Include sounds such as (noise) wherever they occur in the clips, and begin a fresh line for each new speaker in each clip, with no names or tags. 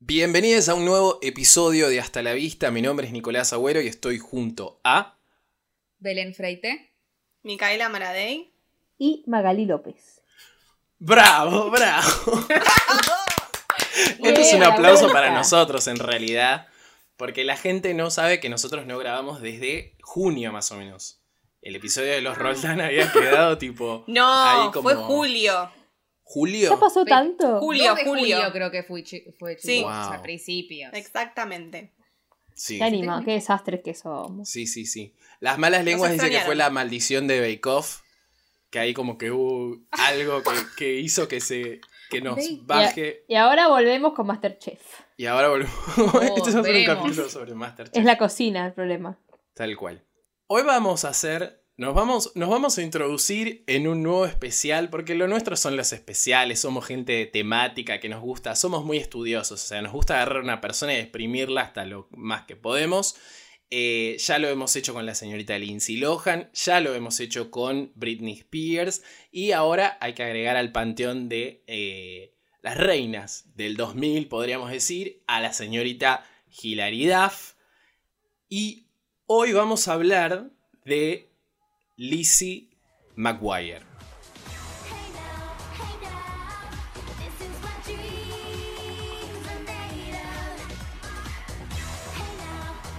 Bienvenidos a un nuevo episodio de Hasta la Vista. Mi nombre es Nicolás Agüero y estoy junto a.
Belén Freite.
Micaela Maradei.
y Magali López.
¡Bravo, bravo! (laughs) Esto es
Bien,
un
la
aplauso
bronca.
para nosotros en realidad, porque la gente no sabe que nosotros no grabamos desde junio más o menos. El episodio de los Roldán había quedado tipo.
No,
ahí como-
fue Julio.
¿Ya
¿Julio?
pasó
Ve-
tanto?
Julio,
Dos de
Julio.
creo que fue, chi- fue
Sí.
chicos,
Wow.
a principios.
Exactamente.
Sí.
Qué anima, qué desastres que somos.
Sí, sí, sí. Las malas lenguas dicen que
extrañaron.
fue la maldición de Bake Off, que ahí como que hubo algo que, que hizo que se que nos
Bake-
baje
Y ahora volvemos con Masterchef.
y ahora volvemos. (laughs) este es un
veremos.
capítulo sobre Masterchef.
Es la cocina el problema.
Tal cual. Hoy vamos a hacer. Nos vamos, nos vamos a introducir en un nuevo especial, porque lo nuestro son los especiales, somos gente de temática que nos gusta, somos muy estudiosos, o sea, nos gusta agarrar a una persona y exprimirla hasta lo más que podemos. Eh, ya lo hemos hecho con la señorita Lindsay Lohan, ya lo hemos hecho con Britney Spears, y ahora hay que agregar al panteón de eh, las reinas del 2000, podríamos decir, a la señorita Hilary Duff. Y hoy vamos a hablar de Lizzie McGuire.
Hey now, hey now, this is what dreams are made of.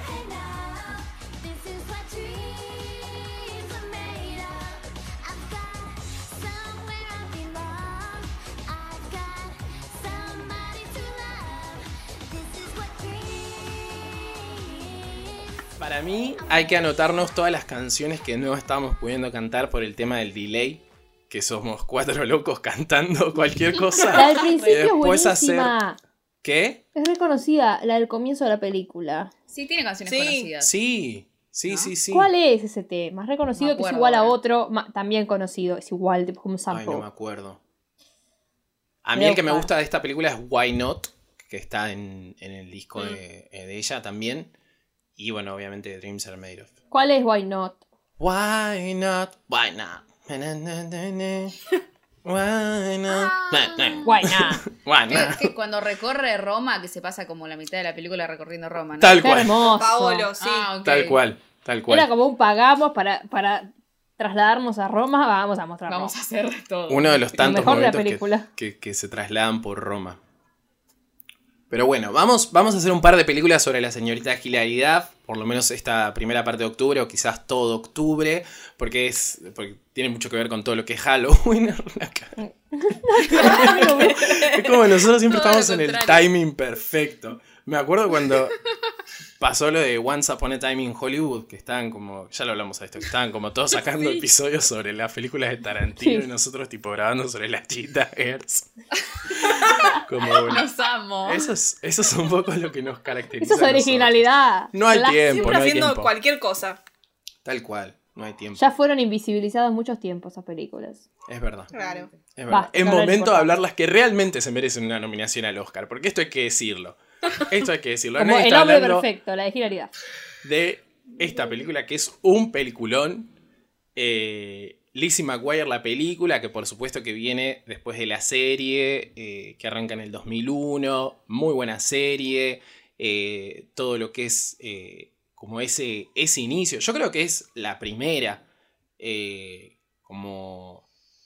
Hey now, hey now, this is what dreams are made of. I've got somewhere I belong. I've got somebody to love. This is what dreams.
Para mí hay que anotarnos todas las canciones que no estamos pudiendo cantar por el tema del delay, que somos cuatro locos cantando (laughs) cualquier
(laughs)
La del
cosa.
principio es
después hacer-
buenísima.
¿Qué?
Es reconocida, la del comienzo de la película.
Sí, tiene canciones
Sí.
conocidas.
Sí, sí,
¿No?
sí, sí.
¿Cuál es ese tema? Es reconocido
No me
que es
acuerdo
igual a
ahora.
otro, ma- también conocido, es igual, tipo como un
Ay,
sample.
no me acuerdo. A mí el que me
Loca.
gusta de esta película es Why Not, que está en, en el disco de, eh, de ella también. Y bueno, obviamente Dreams Are Made of.
¿Cuál es Why Not?
Why not? Why not? Na, na, na, na, na. Why not?
Ah.
Na, na.
Why
(laughs)
Not.
Why
Creo
not?
que cuando recorre Roma, que se pasa como la mitad de la película recorriendo Roma, ¿no?
Tal
Qué
cual.
hermoso.
Paolo, sí.
Ah, ok.
Tal cual. Tal
Era
cual.
como un pagamos para, para trasladarnos a Roma, vamos a mostrar
Vamos a
Roma.
hacer todo.
Uno de los tantos
mejor de la
momentos que-
película.
que, que se trasladan por Roma. Pero bueno, vamos, vamos a hacer un par de películas sobre la señorita Hilaridad, por lo menos esta primera parte de octubre o quizás todo octubre, porque es porque tiene mucho que ver con todo lo que es Halloween. (laughs)
(laughs)
Es como nosotros siempre
Todo lo
estamos en el
contrario.
timing perfecto. Me acuerdo cuando pasó lo de Once Upon a Time in Hollywood, que estaban como, ya lo hablamos a esto, que estaban como todos sacando episodios sobre las películas de Tarantino
Sí.
y nosotros tipo grabando sobre las Cheetah Girls. como bueno,
Los amo.
eso es, eso es un poco lo que nos caracteriza.
Eso es
a nosotros.
originalidad.
No hay
Clásico.
tiempo,
Siempre
no hay
haciendo
tiempo.
cualquier cosa.
Tal cual, no hay tiempo.
Ya fueron invisibilizadas muchos tiempos esas películas.
Es verdad.
Claro.
Es verdad.
Basta,
es
no hablar
momento de
importante.
hablar las que realmente se merecen una nominación al Oscar, porque esto hay que decirlo. Esto hay que decirlo.
Como
Nadie
el
está
hombre
hablando
perfecto, la de Hilaridad.
de esta película que es un peliculón. Eh, Lizzie McGuire, la película, que por supuesto que viene después de la serie, eh, que arranca en el 2001, muy buena serie, eh, todo lo que es eh, como ese, ese inicio, yo creo que es la primera, eh, como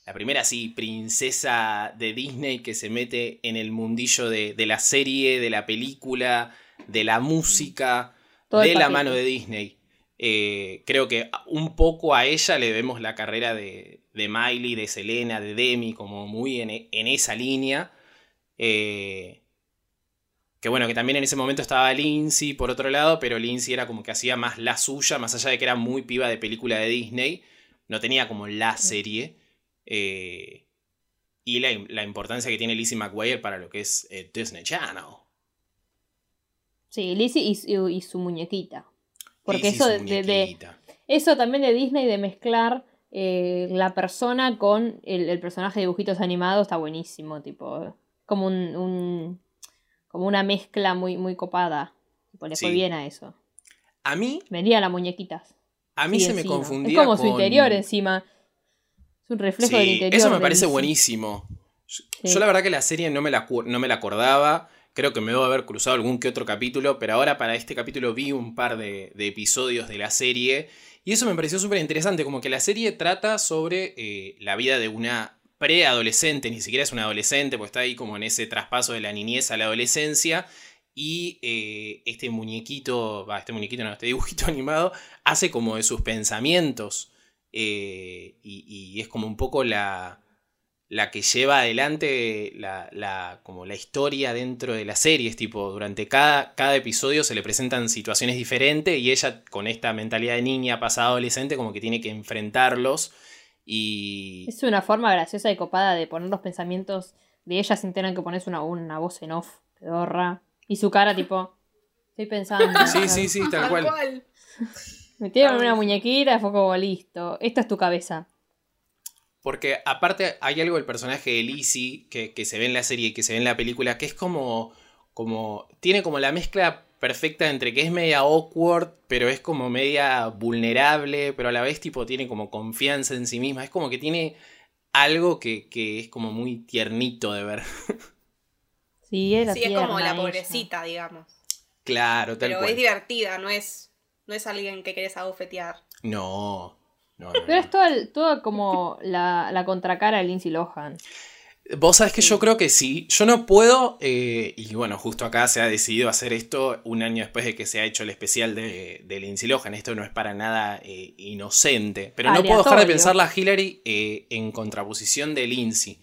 la primera, sí, princesa de Disney que se mete en el mundillo de, de la serie, de la película, de la música
Todo el
de la
paquete.
mano de Disney. Eh, creo que a- un poco a ella le vemos la carrera de, de Miley, de Selena, de Demi, como muy en, e- en esa línea. Eh, que bueno, que también en ese momento estaba Lindsay por otro lado, pero Lindsay era como que hacía más la suya, más allá de que era muy piba de película de Disney, no tenía como la serie. Eh, y la, la importancia que tiene Lizzie McGuire para lo que es eh, Disney Channel.
Sí, Lizzie y, su- y su muñequita. Porque
Lizzie,
eso
su
de, de- de-
muñequita.
eso también de Disney de mezclar eh, la persona con el, el personaje de dibujitos animados está buenísimo, tipo. Como un, un- como una mezcla muy, muy copada. Tipo, le fue
Sí.
bien a eso.
A mí
Vendía las muñequitas.
A mí
Sí,
se me
encima.
confundía.
Es como su
con-
interior encima. Es un reflejo del
Sí,
interior.
Eso me
de
parece
Lizzie.
buenísimo. Yo,
Sí.
yo la verdad que la serie no me la, acu- no me la acordaba. Creo que me debo haber cruzado algún que otro capítulo, pero ahora para este capítulo vi un par de, de episodios de la serie y eso me pareció súper interesante, como que la serie trata sobre eh, la vida de una preadolescente, ni siquiera es una adolescente, pues está ahí como en ese traspaso de la niñez a la adolescencia y eh, este muñequito, va, este muñequito no, este dibujito (laughs) animado hace como de sus pensamientos eh, y, y es como un poco la, la que lleva adelante la, la- como la historia dentro de las series. Tipo, durante cada, cada episodio se le presentan situaciones diferentes y ella con esta mentalidad de niña pasada adolescente como que tiene que enfrentarlos y...
Es una forma graciosa y copada de poner los pensamientos de ella sin tener que ponerse una, una voz en off, pedorra. Y su cara tipo, estoy pensando.
Sí, sí, sí, tal cual.
Metieron una muñequita, fue como listo. Esta es tu cabeza.
Porque aparte hay algo del personaje de Lizzie que, que se ve en la serie y que se ve en la película que es como, como. Tiene como la mezcla perfecta entre que es media awkward, pero es como media vulnerable, pero a la vez tipo tiene como confianza en sí misma. Es como que tiene algo que, que es como muy tiernito de ver. (laughs)
Sí, es, la
Sí, es como
tierna
la
ella.
pobrecita, digamos.
Claro, tal
Pero
cual.
es divertida, no es, no es alguien que querés abofetear.
No. No, no,
Pero
no.
es toda, toda como la, la contracara de Lindsay Lohan.
Vos sabés que
Sí.
yo creo que sí. Yo no puedo, eh, y bueno, justo acá se ha decidido hacer esto un año después de que se ha hecho el especial de, de Lindsay Lohan. Esto no es para nada eh, inocente. Pero no puedo dejar de
Aleatorio.
pensarla a Hillary eh, en contraposición de Lindsay.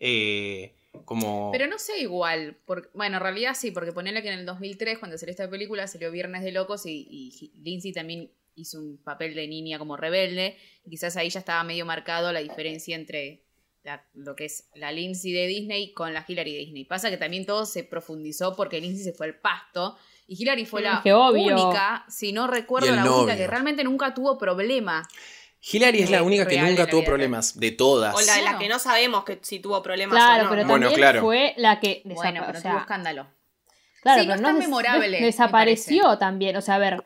Eh, como.
Pero no sé igual. Porque, bueno, en realidad sí, porque ponele que en el 2003, cuando salió esta película, salió Viernes de Locos y, y Lindsay también hizo un papel de niña como rebelde. Y quizás ahí ya estaba medio marcado la diferencia entre la- lo que es la Lindsay de Disney con la Hillary de Disney. Pasa que también todo se profundizó porque Lindsay se fue al pasto y Hillary fue la
Es que obvio.
única, si no recuerdo,
Y el
la única que
novio.
realmente nunca tuvo problema.
Hillary es la
Es
única que
real en
nunca
la
tuvo
vida real.
problemas, de todas.
O la de la
Claro.
que no sabemos que si tuvo problemas
Claro,
o no.
pero
Bueno,
también
claro.
fue la que desapa-
Bueno, pero
o
tuvo
sea,
escándalo.
claro,
Sí, no
pero
es
no
tan
des-
memorable,
des-
me
desapareció también. O sea, a ver,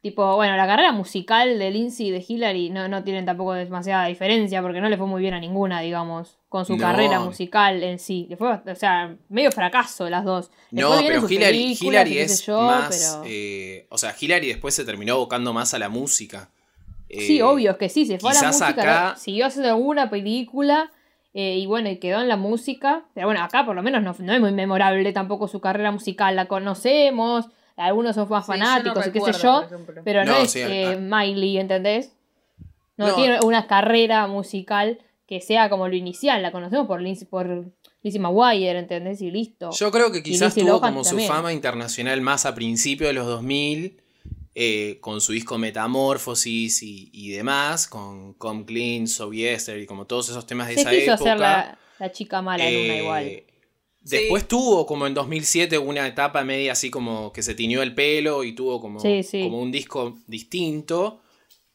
tipo, bueno, la carrera musical de Lindsay y de Hillary no, no tienen tampoco demasiada diferencia porque no le fue muy bien a ninguna, digamos, con su
No.
carrera musical en sí. Le fue, bast- o sea, medio fracaso las dos. Le
No,
fue bien en
pero
sus
Hillary,
películas y
Hillary
qué sé
es
yo,
más.
pero-
eh, o sea, Hillary después se terminó abocando más a la música.
Sí,
Eh,
obvio, es que sí, se fue a la
quizás
música,
acá-
¿no? siguió haciendo alguna película eh, y bueno, y quedó en la música. Pero bueno, acá por lo menos no, no es muy memorable tampoco su carrera musical, la conocemos, algunos son más
Sí, yo no
fanáticos y qué sé
recuerdo,
yo,
por ejemplo.
pero no,
No,
es
sí, a-
ah.
eh,
a-
Miley, ¿entendés? No,
No.
tiene una carrera musical que sea como lo inicial, la conocemos por Lindsay, por Lizzie McGuire, ¿entendés? Y listo.
Yo creo que quizás
Lindsay
tuvo
Lohan
como su
también.
fama internacional más a principios de los 2000, eh, con su disco Metamorfosis y, y demás, con Come Clean, So Yesterday, y como todos esos temas de
Se
esa
quiso
época.
hacer la, la chica mala en una
Eh,
igual.
Después tuvo como en 2007 una etapa media así como que se tiñó el pelo y tuvo como,
Sí, sí.
como un disco distinto.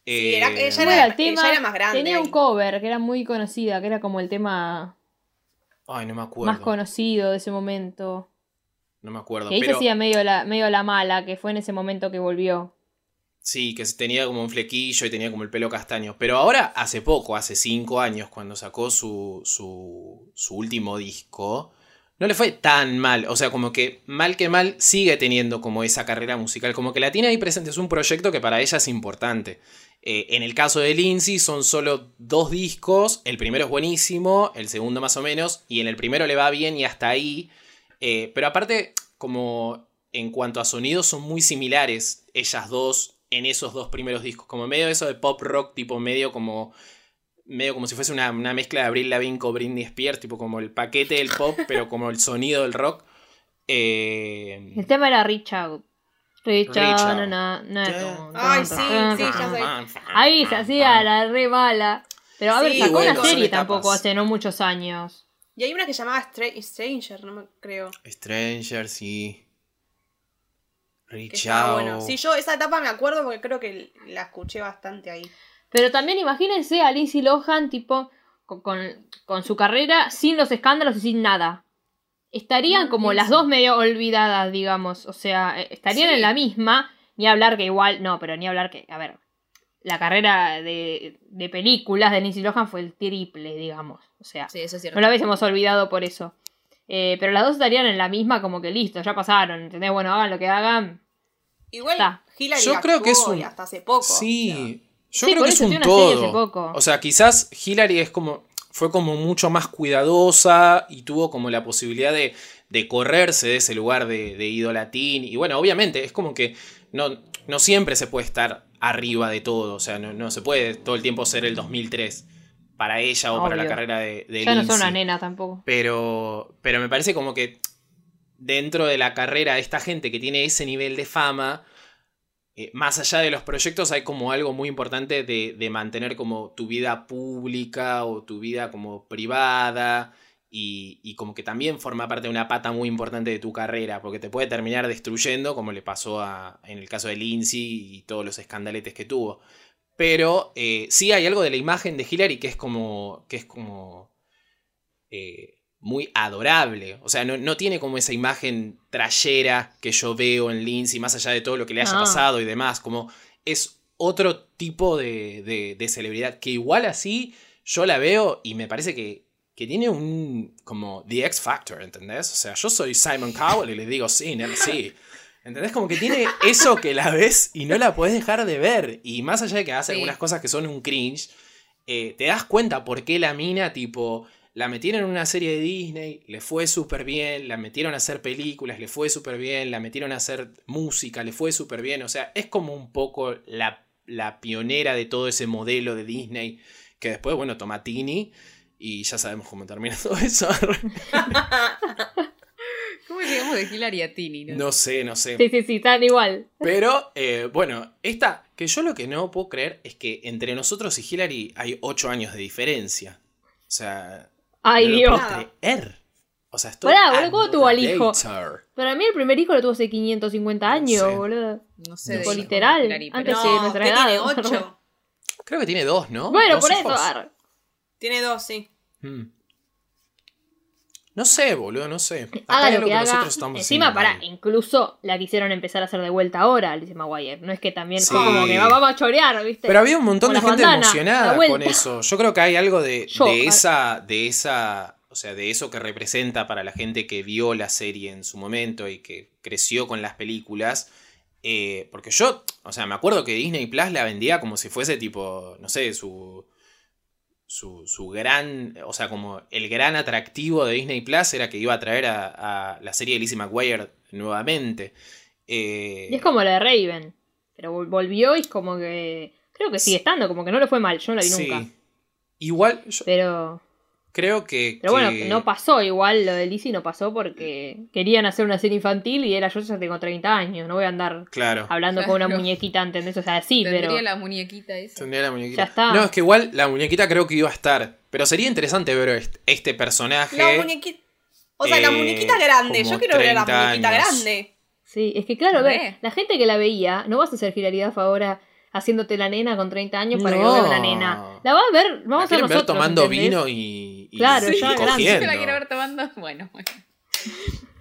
Sí, era-
Eh,
ella
Bueno,
era-
el tema
ella era más grande
tenía un
ahí.
cover que era muy conocida, que era como el tema
Ay, no me
más
acuerdo.
conocido de ese momento.
no me acuerdo.
que ahí se
pero-
hacía medio la, medio la mala, que fue en ese momento que volvió.
Sí, que tenía como un flequillo y tenía como el pelo castaño. Pero ahora, hace poco, hace cinco años, cuando sacó su, su, su último disco, no le fue tan mal. O sea, como que mal que mal sigue teniendo como esa carrera musical. Como que la tiene ahí presente. Es un proyecto que para ella es importante. Eh, en el caso de Lindsay son solo dos discos. El primero es buenísimo, el segundo más o menos. Y en el primero le va bien y hasta ahí. Eh, pero aparte, como en cuanto a sonidos, son muy similares ellas dos en esos dos primeros discos. Como medio eso de pop rock, tipo medio como. Medio como si fuese una, una mezcla de Abril Lavigne con Britney Spears, tipo como el paquete del
(laughs)
pop, pero como el sonido del rock. Eh,
El tema era Reach Out. Reach,
Reach
Out,
Out.
no, no, no,
Yeah.
no, no,
Ay,
no,
sí,
no,
sí,
no,
ya
no.
sé.
Ah,
Ahí se hacía la re mala. Pero a ver,
Sí,
sacó
bueno,
una
son
serie
etapas.
tampoco hace no muchos años.
Y hay una que llamaba Stra- Stranger, no me creo.
Stranger, sí.
Que
Richao.
estaba bueno. Sí, yo esa etapa me acuerdo porque creo que la escuché bastante ahí.
Pero también imagínense a Lindsay Lohan, tipo, con, con- con su carrera, sin los escándalos y sin nada. Estarían
No,
como
sí,
las
sí.
dos medio olvidadas, digamos. O sea, eh, estarían
Sí.
en la misma. Ni hablar que igual, no, pero ni hablar que, a ver, la carrera de, de películas de Lindsay Lohan fue el triple, digamos. O sea,
Sí, eso es cierto.
no la hubiésemos olvidado por eso. Eh, pero las dos estarían en la misma, como que listo, ya pasaron, ¿entendés? Bueno, hagan lo que hagan.
Igual
Está.
Hillary
Yo creo que es
actuó y
un-
hasta hace poco. o sea.
Sí, yo
Sí,
creo
por
que es
eso
un
tiene una serie hace
todo.
poco.
O sea, quizás Hillary es como fue como mucho más cuidadosa y tuvo como la posibilidad de, de correrse de ese lugar de, de idolatín. Y bueno, obviamente es como que no, no siempre se puede estar arriba de todo. O sea, no, no se puede todo el tiempo ser el 2003 para ella o para la
Obvio.
carrera de, de
ya no son
Lindsay.
una nena tampoco.
Pero, pero me parece como que dentro de la carrera de esta gente que tiene ese nivel de fama, eh, más allá de los proyectos hay como algo muy importante de, de mantener como tu vida pública o tu vida como privada y, y como que también forma parte de una pata muy importante de tu carrera, porque te puede terminar destruyendo como le pasó a, en el caso de Lindsay y todos los escandaletes que tuvo. Pero eh, sí hay algo de la imagen de Hillary que es como. que es como. eh, muy adorable. O sea, no, no tiene como esa imagen trayera que yo veo en Lindsay, más allá de todo lo que le haya
No.
pasado y demás. Como es otro tipo de, de- de celebridad. Que igual así yo la veo y me parece que. Que tiene un. como The X Factor, ¿entendés? O sea, yo soy Simon Cowell y le digo sí, Nel, sí. ¿Entendés? Como que tiene eso que la ves y no la podés dejar de ver. Y más allá de que hace
Sí.
algunas cosas que son un cringe, eh, te das cuenta por qué la mina, tipo, la metieron en una serie de Disney, le fue súper bien, la metieron a hacer películas, le fue súper bien, la metieron a hacer música, le fue súper bien. O sea, es como un poco la, la pionera de todo ese modelo de Disney que después, bueno, Tomatini. Y ya sabemos cómo termina (laughs) todo eso.
¿Cómo llegamos de Hillary a Tini? no?
No sé, no sé.
Sí, sí, sí, están igual.
Pero, eh, bueno, esta, que yo lo que no puedo creer es que entre nosotros y Hillary hay ocho años de diferencia. O sea,
Ay,
no lo
Dios.
puedo creer. O sea, estoy.
Pará, boludo, ¿cómo tuvo al hijo?
annihilator.
Para mí el primer hijo lo tuvo hace 550 años,
No sé.
boludo.
No sé.
No sé.
de dónde
Literal,
Hillary, pero-
antes
No,
sí,
No,
nuestra
¿qué
edad. (laughs)
tiene ocho.
Creo que tiene dos, ¿no?
Bueno,
Dos
por eso.
hijos.
ar.
tiene dos, sí.
Mm. No sé, boludo, no sé. Acá
Haga
hay
lo
algo
que haga.
nosotros estamos
Encima,
haciendo
pará,
mal.
incluso la quisieron empezar a hacer de vuelta ahora, Alicia Maguire. No es que también
Sí.
como que va- vamos a chorear, ¿viste?
Pero había un montón
Con
de
las
gente
bandanas,
emocionada
la
con
vuelta.
eso. Yo creo que hay algo de,
Yo,
de
a-
esa, de esa, o sea, de eso que representa para la gente que vio la serie en su momento y que creció con las películas. Eh, porque yo, o sea, me acuerdo que Disney Plus la vendía como si fuese tipo, no sé, su, su, su gran, o sea, como el gran atractivo de Disney Plus era que iba a traer a, a la serie de Lizzie McGuire nuevamente. Eh,
Y es como la de Raven. Pero vol- volvió y es como que. Creo que sigue estando, como que no le fue mal. Yo no la vi
sí.
nunca.
Igual, yo
Pero.
creo que.
Pero bueno,
que-
no pasó igual, lo de Lizzie no pasó porque querían hacer una serie infantil y era yo ya tengo 30 años, no voy a andar
Claro.
hablando con una
Claro.
muñequita, ¿entendés? O sea, sí,
Tendría
pero...
la muñequita esa.
Tendría la muñequita.
Ya está.
No, es que igual la muñequita creo que iba a estar. Pero sería interesante ver est- este personaje.
La muñequita. O sea, la
eh,
muñequita grande.
como
Yo quiero ver a la
30
muñequita
años.
grande.
Sí, es que claro, a ver,
Re.
la gente que la veía, no vas a hacer Hilaridad ahora haciéndote la nena con 30 años para
No.
que vea la nena. La va a ver,
La
vamos a ver
quieren ver
nosotros.
tomando
¿entendés?
vino y, y-
Claro,
y
ya grande.
Yo
cogiendo.
la quiero ver tomando. Bueno, bueno.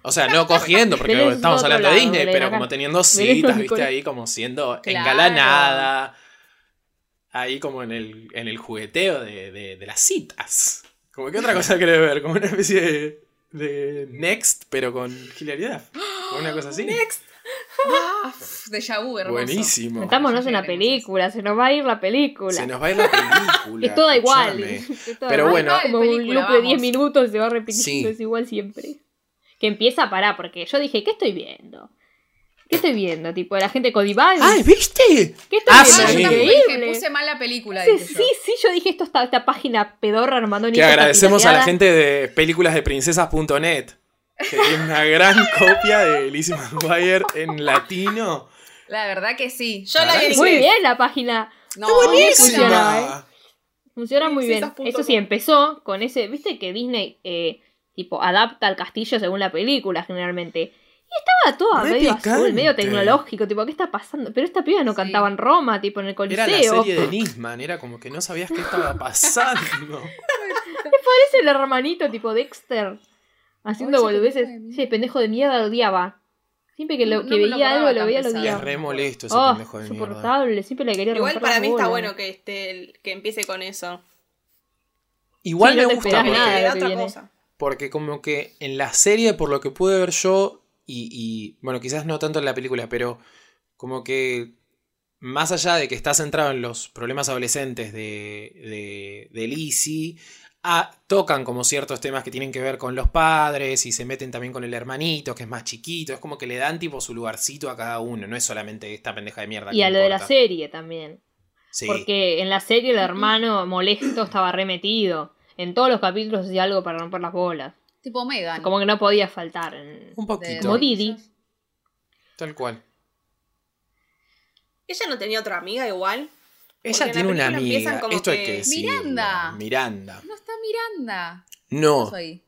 O sea, no cogiendo, porque
Pero eso es
estamos
otro
hablando de
lado,
Disney,
Belén,
pero
acá.
como teniendo citas,
con-
viste, ahí como siendo
Claro.
engalanada. Ahí como en el, en el jugueteo de, de- de las citas. Como que otra
(laughs)
cosa querés ver, como una especie de, de Next, pero con hilaridad. Como una cosa así.
De Yabu, hermoso.
Buenísimo.
Metámonos
Ya
en la
llegaremos
película, se nos va a ir la película.
Se nos va a ir la película.
(laughs) Es toda igual.
escuchame.
Es toda
Pero
igual.
bueno.
Es como un
Película,
loop de
vamos.
10 minutos se va repitiendo,
Sí.
es igual siempre. Que empieza a parar, porque yo dije, ¿qué estoy viendo? ¿Qué estoy viendo? Tipo, la gente Codivine.
¡Ay, viste!
¿Qué estoy
ah,
Ah,
sí.
yo
viendo?
tampoco
Increíble.
dije, puse mala película.
Sí,
dije yo.
sí, sí, yo dije esto está esta página pedorra armando
Que agradecemos a la gente de películasdeprincesas.net. Que tiene una gran copia de Lizzie McGuire en latino.
La verdad que sí.
Yo la vi en
Ay,
Muy
inglés.
bien la página.
No,
Buenísima. Funciona muy bien.
Princesas.com.
Eso sí, empezó con ese. Viste que Disney eh, tipo adapta al castillo según la película, generalmente. Y estaba todo
Re
medio azul,
picante.
medio tecnológico, tipo, ¿qué está pasando? Pero esta piba no
Sí.
cantaba en Roma, tipo en el
Era
Coliseo.
la serie de Nisman, era como que no sabías qué estaba
(laughs)
pasando.
Parece el hermanito tipo Dexter. Haciendo
Ay, sí,
boludeces.
pendejo de mierda.
Ese pendejo de mierda lo odiaba. Siempre que, lo,
No, no
que
me lo
veía
acordaba
algo, lo
tan
veía, lo
pesado.
Es
Dios.
odiaba.
re molesto ese
Oh,
pendejo de mierda.
insoportable. Siempre le quería romper
Igual para
las
mí está
bolas.
bueno que este el- que empiece con eso.
Igual
Sí, no
me
te
gusta
esperás
porque
nada.
Que le
de
da
lo que
otra
viene.
cosa.
Porque como que en la serie, por lo que pude ver yo, y, y, bueno, quizás no tanto en la película, pero como que más allá de que está centrado en los problemas adolescentes de, de, de Lizzie, ah, tocan como ciertos temas que tienen que ver con los padres y se meten también con el hermanito, que es más chiquito, es como que le dan tipo su lugarcito a cada uno, no es solamente esta pendeja de mierda.
Y a lo de la
serie.
serie también. Porque en la serie el hermano molesto estaba remetido. En todos los capítulos hacía algo para romper las bolas.
Tipo Megan.
Como que no podía faltar. en-
un
Como
poquito,
Didi.
tal cual.
Ella no tenía otra amiga igual.
Ella
Porque en
tiene
la
una
película empiezan
amiga,
como
esto hay
que,
que decirlo.
"Miranda".
Miranda.
No está Miranda.
No,
Soy.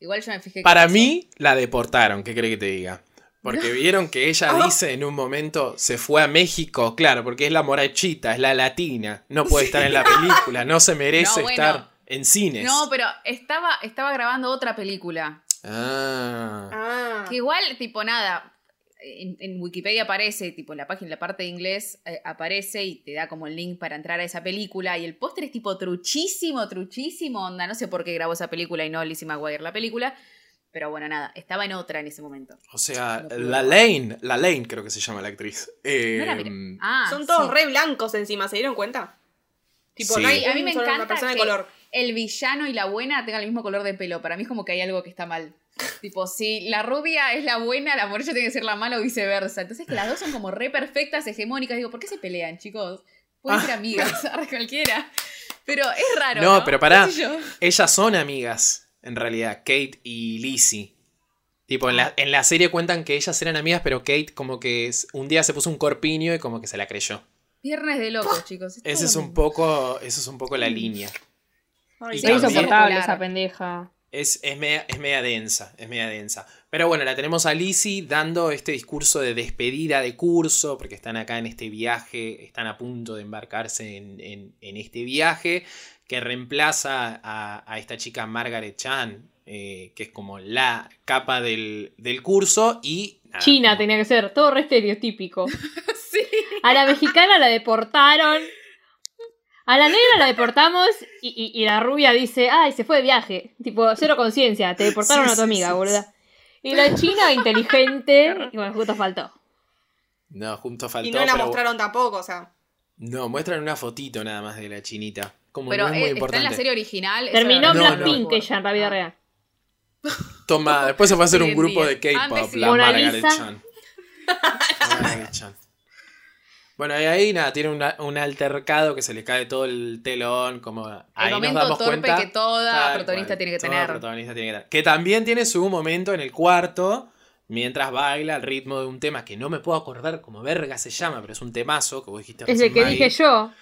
Igual yo me fijé. que
Para
pasó.
mí la deportaron, ¿qué cree que te diga? Porque vieron que ella
Ah.
dice en un momento se fue a México, claro, porque es la morachita, es la latina, no puede estar
(laughs)
en la película, no se merece
No, bueno.
estar en cines.
No, pero estaba, estaba grabando otra película.
Ah,
Ah.
Que igual, tipo, nada. En, en Wikipedia aparece, tipo, en la página, en la parte de inglés, eh, aparece y te da como el link para entrar a esa película. Y el póster es tipo truchísimo, truchísimo. Onda, no sé por qué grabó esa película y no Lizzie McGuire la película. Pero bueno, nada, estaba en otra en ese momento.
o sea,
No puedo.
la Lane, la Lane creo que se llama la actriz. Eh,
Ah. No era Mire- Ah,
Son todos
sí.
re blancos encima, ¿se dieron cuenta? Tipo,
Sí.
no hay
Y a mí
un
me
solo-
encanta
una persona
que-
de color.
el villano y la buena tengan el mismo color de pelo. Para mí es como que hay algo que está
(laughs)
mal. Tipo, si la rubia es la buena, la morella tiene que ser la mala o viceversa. Entonces que las dos son como re perfectas, hegemónicas. Digo, ¿por qué se pelean, chicos? Pueden ser
(laughs)
amigas, arre cualquiera. Pero es raro.
Ah. No,
No,
pero pará.
¿Qué sé yo?
Ellas son amigas, en realidad, Kate y Lizzie. Tipo, en
Ah.
la, en la serie cuentan que ellas eran amigas, pero Kate como que es- un día se puso un corpiño y como que se la creyó.
Viernes de locos, chicos. Es
Ese
todo Mm.
es
lo
un
mismo.
poco, eso es un poco la línea.
Ay,
y
Es
sí.
también-
insoportable
Popular.
esa pendeja.
Es, es, media, es media densa, es media densa. Pero bueno, la tenemos a Lizzie dando este discurso de despedida de curso, porque están acá en este viaje, están a punto de embarcarse en, en- en este viaje, que reemplaza a, a esta chica Margaret Chan, eh, que es como la capa del, del curso, y... nada,
China
como-
tenía que ser, todo re estereotípico.
(laughs) Sí.
A la mexicana la deportaron. A la negra la deportamos y, y- y la rubia dice, ay, se fue de viaje. Tipo, cero conciencia, te deportaron
Sí,
a tu
sí,
amiga,
sí,
boluda. Y la china (laughs) inteligente, y bueno, justo faltó.
No, junto faltó,
Y no la
pero-
mostraron tampoco, o sea.
No, muestran una fotito nada más de la chinita. Como
Pero
no es
eh,
muy
está en
importante.
la serie original. eso
Terminó
la verdad, no,
Blackpink
no.
ella en la vida
Ah.
real.
Toma, después se fue a hacer
Hoy
un
en
grupo
día.
de K-pop,
Antes
la
Mona
Margaret
Lisa.
(laughs)
Chan. Margaret Chan. Bueno, y ahí nada, tiene una- un altercado que se le cae todo el telón, como ahí
El
nos
momento
damos
torpe
cuenta.
que toda
Tal
protagonista
cual,
tiene que
toda
tener.
protagonista tiene que tener. Que también tiene su momento en el cuarto, mientras baila al ritmo de un tema que no me puedo acordar como verga se llama, pero es un temazo que vos dijiste
Es el
recién,
que
Maggie.
dije yo.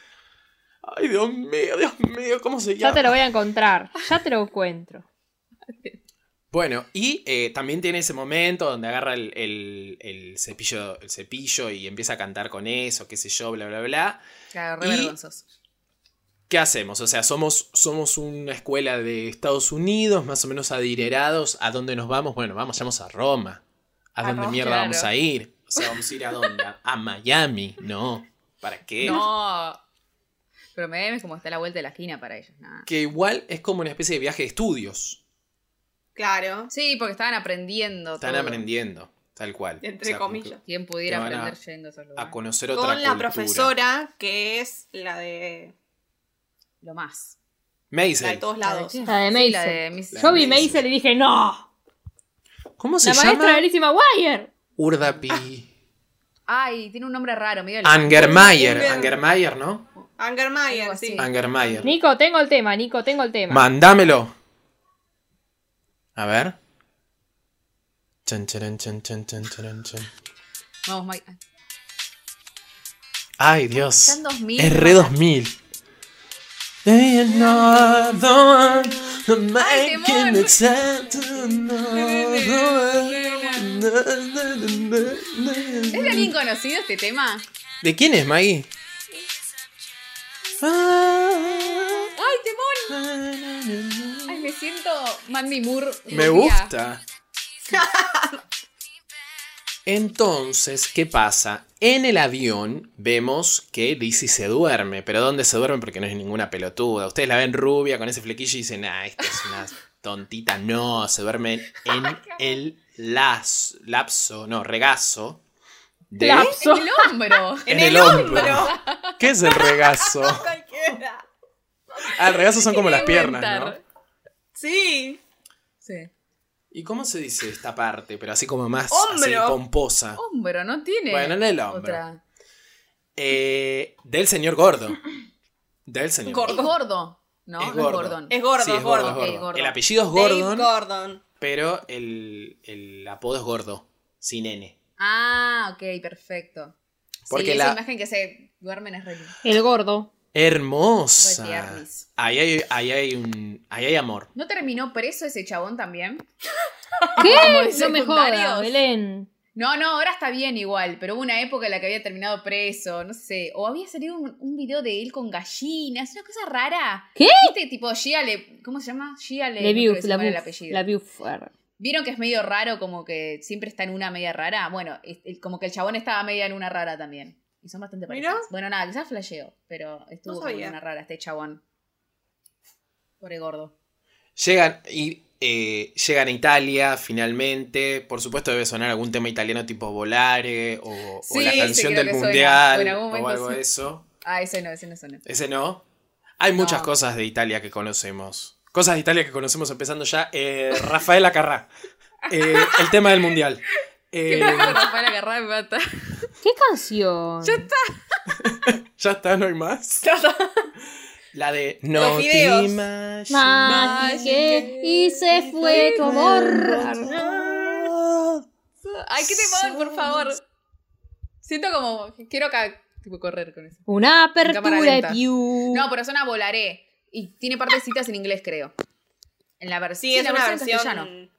Ay, Dios mío, Dios mío, ¿cómo se
Ya
llama?
te lo voy a encontrar. Ya te lo encuentro.
Bueno, y eh, también tiene ese momento donde agarra el, el- el cepillo, el cepillo y empieza a cantar con eso, qué sé yo, bla, bla, bla.
Claro, re
Y-
vergonzoso.
¿Qué hacemos? O sea, somos, somos una escuela de Estados Unidos, más o menos adinerados. ¿A dónde nos vamos? Bueno, vamos, vamos a Roma. ¿A
A
dónde
Roma,
mierda
claro.
vamos a ir? O sea, vamos a ir a dónde? A Miami, no. ¿Para qué?
No. Pero me es como está a la vuelta de la esquina para ellos. nada.
Que igual es como una especie de viaje de estudios.
Claro.
Sí, porque estaban aprendiendo.
Están
todo.
aprendiendo, tal cual.
Entre
como que
comillas.
¿Quién pudiera
Te van a-
aprender yendo a esos
A
lugares?
conocer otra
Con la
cultura.
profesora, que es la de,
Lo más.
la de
Maisel.
todos lados.
¿La de (laughs) Sí, la
La de Maisel.
de Miss-
La
Yo vi
Maisel.
Maisel y dije, no.
¿Cómo se
La
llama?
maestra de Lizzie McGuire.
Urdapi.
Ay, tiene un nombre raro, medio alemán.
Angermayer.
Uber.
Angermayer, ¿no?
Algo
Angermayer,
así.
Ah,
sí.
Angermayer.
Nico, tengo el tema, Nico, tengo el tema.
Mandámelo. A ver. Chan, charan, chan, chan, chan, charan, chan.
Vamos, Mike. Ay,
Ay, Dios.
Están 2000.
Es re 2000. They are not the one, no
Ay,
making
temón.
it sad to know.
¿Es de alguien conocido este tema?
¿De quién es, Maggie? Ah.
¡Ay, temor! Ay, me siento Mandy Moore.
Me
rubia.
gusta. Entonces, ¿qué pasa? En el avión vemos que Lizzie se duerme, pero ¿dónde se duerme? Porque no es ninguna pelotuda. Ustedes la ven rubia con ese flequillo y dicen, ah, esta es una tontita, no, se duermen en el lazo, lapso, no, regazo. De,
Lapso.
En el hombro.
en el hombro. ¿Qué es el regazo?
(laughs) Cualquiera.
Ah, el regazo (laughs) son como las piernas, ¿no?
Inventar.
Sí.
Sí.
¿Y cómo se dice esta parte? Pero así como más
Hombro.
así, pomposa.
Hombro, no tiene.
Bueno, en el hombro.
Otra.
Eh, del señor gordo. Del señor
Gordo.
Es gordo. No,
Es
no
gordo.
es Gordon.
Es gordo,
Sí,
es gordo.
gordo. Ok, gordo.
El apellido es
Dave
Gordon,
Gordon.
pero el, el apodo es gordo, sin N.
Ah, ok, perfecto.
Porque
sí,
la-
esa imagen que se duermen es re
El gordo.
Re
Hermosa.
tiernis.
Ahí hay, ahí hay un. Ahí hay amor.
¿No terminó preso ese chabón también?
¿Qué?
Ah, de
No me
secundarios.
jodas, Belén.
No, no, ahora está bien igual, pero hubo una época en la que había terminado preso, no sé, o había salido un, un video de él con gallinas, una cosa rara.
¿Qué?
¿Viste? Tipo Gia le, ¿cómo se llama? Gia le,
La
no creo
Biuf,
que se
la
llama el
Biuf.
apellido.
La Biuf. arre.
¿Vieron que es medio raro como que siempre está en una media rara? Bueno, es- el- como que el chabón estaba media en una rara también. Y son bastante
Mirá.
parecidos. Bueno, nada, quizás flasheo, pero estuvo
No
como en
sabía.
una rara este chabón. Pobre gordo.
Llegan y. eh, llegan a Italia finalmente. Por supuesto, debe sonar algún tema italiano tipo Volare o, o
Sí,
la
sí,
canción
creo
del
que suena.
mundial
En algún
o
momento
algo
sí.
de eso.
Ah, ese no, ese no sonó. (laughs)
Ese no. Hay
No.
muchas cosas de Italia que conocemos. Cosas de Italia que conocemos empezando ya. eh, Rafael Acarrá. Eh, el tema del
(laughs)
mundial. Eh,
Rafael agarrar me mata.
¿Qué canción?
ya está, no hay más. La de No
Los videos.
te imaginas
Magic y se fue como raro.
Ay, qué temor, por favor. Siento como, quiero acá, tipo, correr con eso.
Una
cámara
apertura
lenta.
de piu.
No, pero suena volaré. Y tiene partecitas en inglés, creo. En la versión.
Sí, es
la
una
en castellano.
versión.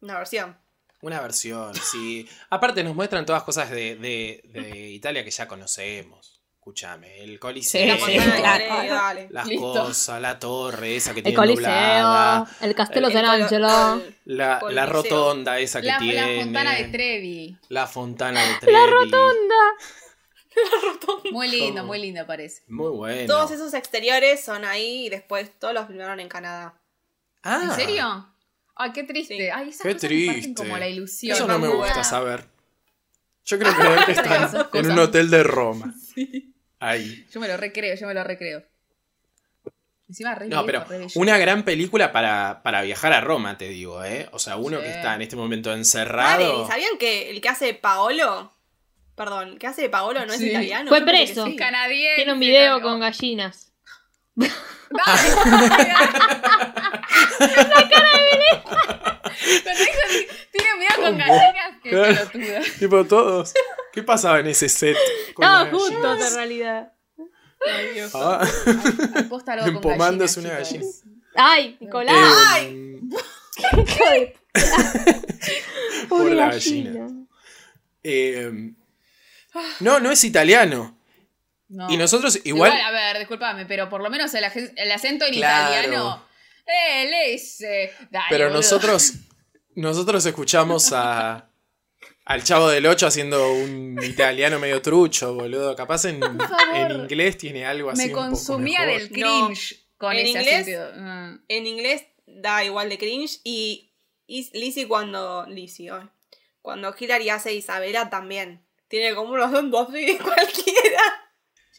Una versión.
Una versión, sí. Aparte nos muestran todas cosas de, de- de Italia que ya conocemos. Escúchame, el Coliseo,
Sí,
Dale,
claro.
dale, dale.
las
Listo.
cosas, la torre esa que
El
tiene
Coliseo,
doblada,
el Castelo
El colo-
Angelo
el-
la, la
Coliseo.
rotonda esa que
La,
tiene.
la fontana de Trevi.
La fontana de Trevi. La rotonda.
Muy lindo,
Todo.
muy lindo parece.
Muy bueno.
Todos esos exteriores son ahí y después todos los filmaron en Canadá.
Ah,
¿En serio? Ay, qué triste.
Sí.
Ay, esas
Qué
cosas me parten
triste.
como la ilusión.
Eso no me
boluda.
gusta saber. Yo creo
(laughs)
que que están
Esas cosas.
en un hotel de
(laughs)
Roma. Ahí.
Yo me lo recreo, yo me lo recreo. Encima re
No, pero
viejo, re bello.
una gran película para, para viajar a Roma, te digo, ¿eh? O sea, uno
Sí.
que está en este momento
Madre,
encerrado.
¿y ¿sabían que el que hace de Paolo? Perdón, el que hace de Paolo no
Sí.
es italiano.
Fue
Yo pensé que
preso.
sí.
Canadiense.
Tiene un video
también.
con gallinas.
Dale, dale. Pero dijo, tiene miedo con gallinas que
Claro.
pelotuda.
Tipo, todos. ¿Qué pasaba en ese set? Con
Estaban
las gallinas?
juntos en realidad.
Ah,
Aposta algo con
Empomándose una
gallinas, chicos.
Ay, Nicolás.
em, (laughs)
Ay,
Pobre la gallina. em, no, no es italiano.
No.
Y nosotros
Igual,
igual
a ver, discúlpame, pero por lo menos el, agen- el acento en
Claro.
italiano. Él es. eh, dale,
Pero
boludo.
nosotros, nosotros escuchamos a, al chavo del 8 haciendo un italiano medio trucho, boludo. Capaz en,
favor.
en inglés tiene algo así.
Me
un poco
consumía
mejor.
del cringe con
¿En
ese
inglés?
acento. Mm.
En inglés da igual de cringe y, y Lizzie cuando. Lizzie, ay. Cuando Hillary hace Isabela también. Tiene como los dos así cualquiera.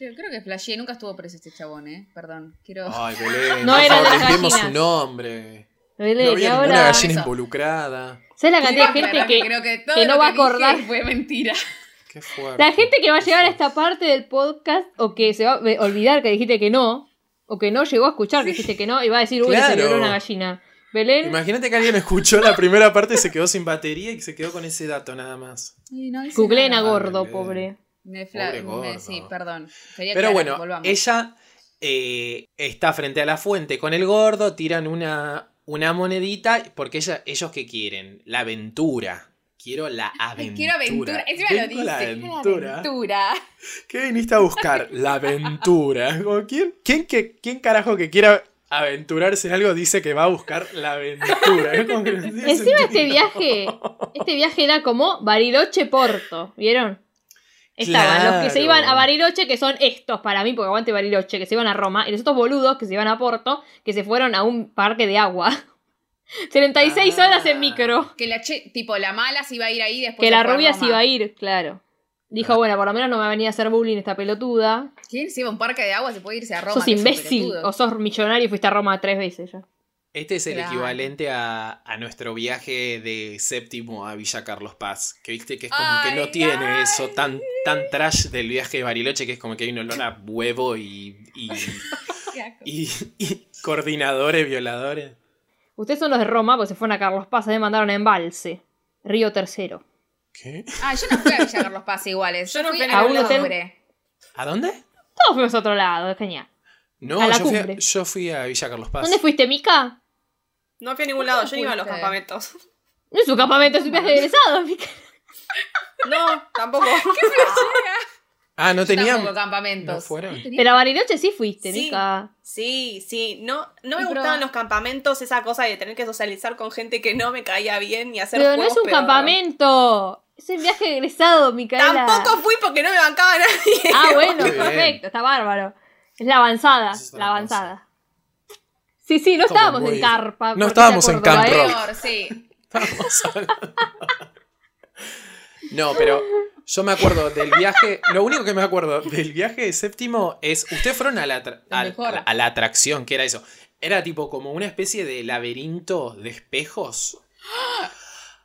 Yo creo que flashé, nunca estuvo preso este chabón, ¿eh? Perdón, quiero.
Ay, Belén,
No
por
eran
favor,
las
limpiemos su
gallinas.
nombre. No
Belén, y
había ninguna
ahora.
gallina
Eso.
involucrada.
¿Sabes la cantidad
Quiero
de gente
aclarar
que.?
creo que, todo
que no
lo
va a
dije
acordar.
Fue mentira.
Qué fuerte.
La gente que va a llegar a esta parte del podcast o que se va a olvidar que dijiste que no, o que no llegó a escuchar que dijiste que no, y va a decir, uy,
Claro.
se violó una gallina. Belén,
Imagínate que alguien escuchó la primera parte y se quedó sin batería y se quedó con ese dato nada más.
Ay, no hice
googleen a
nada.
gordo,
Belén.
pobre.
Me fla-
Pobre
me-
gordo.
sí, perdón. Quería
Pero
aclarar,
bueno,
volvamos.
ella eh, está frente a la fuente con el gordo, tiran una, una monedita, porque ella, ellos que quieren, la aventura. Quiero la
Ay,
aventura.
(laughs) Quiero aventura. Encima lo
Vengo
dice.
a La
quiero
aventura.
aventura.
¿Qué viniste a buscar? La aventura. Como, ¿Quién, quién, que- quién carajo que quiera aventurarse en algo dice que va a buscar la aventura? Es como que no tiene
Encima este
sentido.
viaje, este viaje era como Bariloche Porto, ¿vieron? Estaban los que se
Claro.
iban a Bariloche, que son estos para mí, porque aguante Bariloche, que se iban a Roma, y los otros boludos que se iban a Porto, que se fueron a un parque de agua. (laughs) 36
Ah.
horas en micro.
Que la che- tipo, la mala se iba a ir ahí después.
Que la
se fue
rubia
Roma.
se iba a ir, claro. Dijo, bueno, por lo menos no me va a venir a hacer bullying esta pelotuda.
¿Quién se iba a un parque de agua? Se puede irse a Roma.
sos
que es un
imbécil
pelotudo.
o sos millonario y fuiste a Roma tres veces ya.
Este es el
Claro.
equivalente a, a nuestro viaje de séptimo a Villa Carlos Paz. Que viste que es como que
Ay,
no tiene
ay.
eso tan, tan trash del viaje de Bariloche, que es como que hay un olor a huevo y, y,
Qué asco.
y- y coordinadores, violadores.
Ustedes son los de Roma, porque se fueron a Carlos Paz, me mandaron a Embalse, Río Tercero.
¿Qué?
Ah, yo no fui a Villa Carlos Paz iguales. Yo no fui
a
a
un
un
hotel.
hombre.
¿A dónde?
Todos fuimos a otro lado, es genial.
No,
A la
yo, fui a,
cumbre.
yo fui a Villa Carlos Paz.
¿Dónde fuiste, Mica?
No fui a ningún lado, yo no iba a los
fuiste?
(laughs)
campamentos.
No es un campamento, es un viaje de egresado, Mica.
No, (laughs) tampoco.
Ah, no tenían.
Tampoco campamentos.
no fueron.
Tenía-
Pero a Bariloche sí fuiste,
Sí.
Mica.
Sí, sí, no, no me
Pero-
gustaban los campamentos, esa cosa de tener que socializar con gente que no me caía bien y hacer
Pero no
juegos
es un
pedorros.
campamento. Es un viaje de egresado, Micaela.
Tampoco fui porque no me bancaba nadie.
Ah, bueno,
Muy bien.
perfecto, está bárbaro. Es la avanzada,
Esa es otra
la avanzada. Sí, sí, no
Como
estábamos
muy-
en carpa.
no
porque
estábamos
se
en
acordó,
Camp
¿eh?
Rock.
Peor, sí.
Vamos a- No, pero yo me acuerdo del viaje. Lo único que me acuerdo del viaje de séptimo es. Ustedes fueron a la, atra-
Lo
a-
mejor.
a la atracción, que era eso. Era tipo como una especie de laberinto de espejos.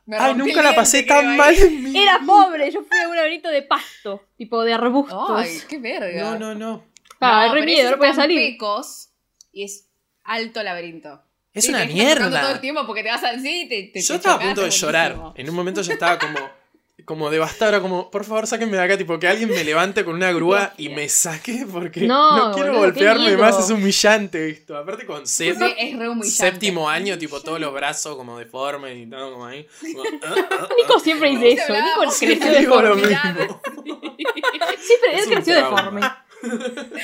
Me
Ay,
rompí el
nunca la
diente,
pasé
creo,
tan
ahí.
mal
(laughs)
en mi.
Era pobre, yo fui a un laberinto de pasto, tipo de arbustos.
Ay, qué verga.
No, no, no.
Ah,
No,
re
pero
miedo,
esos
no podía
están
(laughs) salir.
Pecos y es alto laberinto.
Es
Sí,
una
tenés que estar tocando todo
mierda.
el tiempo porque te vas al sí, te, te-
Yo
te
estaba a
chocás,
punto de
es
llorar.
buenísimo.
En un momento yo estaba como, como devastada, era como, por favor, sáquenme de acá, tipo, que alguien me levante con una grúa y me saque porque
No,
no, quiero
boludo, qué
golpearme
miedo.
más, es humillante esto. Aparte con
Sí,
séptimo,
es re humillante.
Este, séptimo año, tipo, todos los brazos como deformes y todo como
(laughs)
ahí. como, ah, ah, ah.
Nico siempre dice
Siempre hablábamos
eso, Nico creció
de
deforme.
lo
deformidad.
mismo.
Siempre,
Es
él
un
creció
trauma.
(laughs) deforme.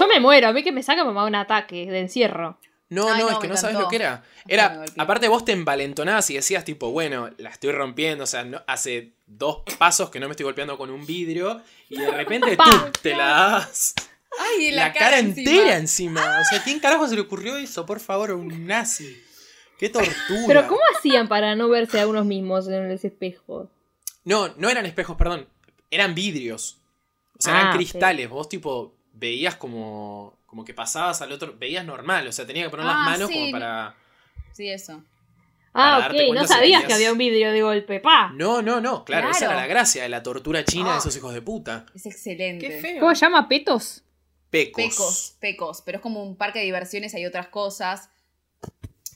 Yo me muero, a mí que me saca mamá un ataque de encierro.
No,
Ay,
no,
no,
es que
me
no sabes
encantó.
lo que era.
me
Era,
golpeé.
aparte vos te envalentonabas y decías tipo, bueno, la estoy rompiendo, o sea, no- hace dos pasos que no me estoy golpeando con un vidrio y de repente tú
(laughs) Pa.
te la das.
Ay, en
la,
la,
cara,
encima.
entera encima. O sea, ¿quién carajo se le ocurrió eso? Por favor, a un nazi. Qué tortura.
Pero ¿cómo hacían para no verse a unos mismos en el espejo?
No, no eran espejos, perdón. Eran vidrios. O sea, eran
Ah, ok.
cristales. Vos tipo veías como como que pasabas al otro, veías normal, o sea, tenía que poner las
Ah,
manos
sí.
como para
Sí, eso.
Para
Ah,
darte
ok,
cuenta
no
si
sabías que
tenías-
había un vidrio de golpe, pa.
No, no, no, claro, esa
Claro. Ah.
era la gracia de la tortura china de esos hijos de puta.
Es excelente.
Qué feo.
¿Cómo se llama? ¿Petos?
Pecos.
Pecos, pecos. Pero es como un parque de diversiones, hay otras cosas.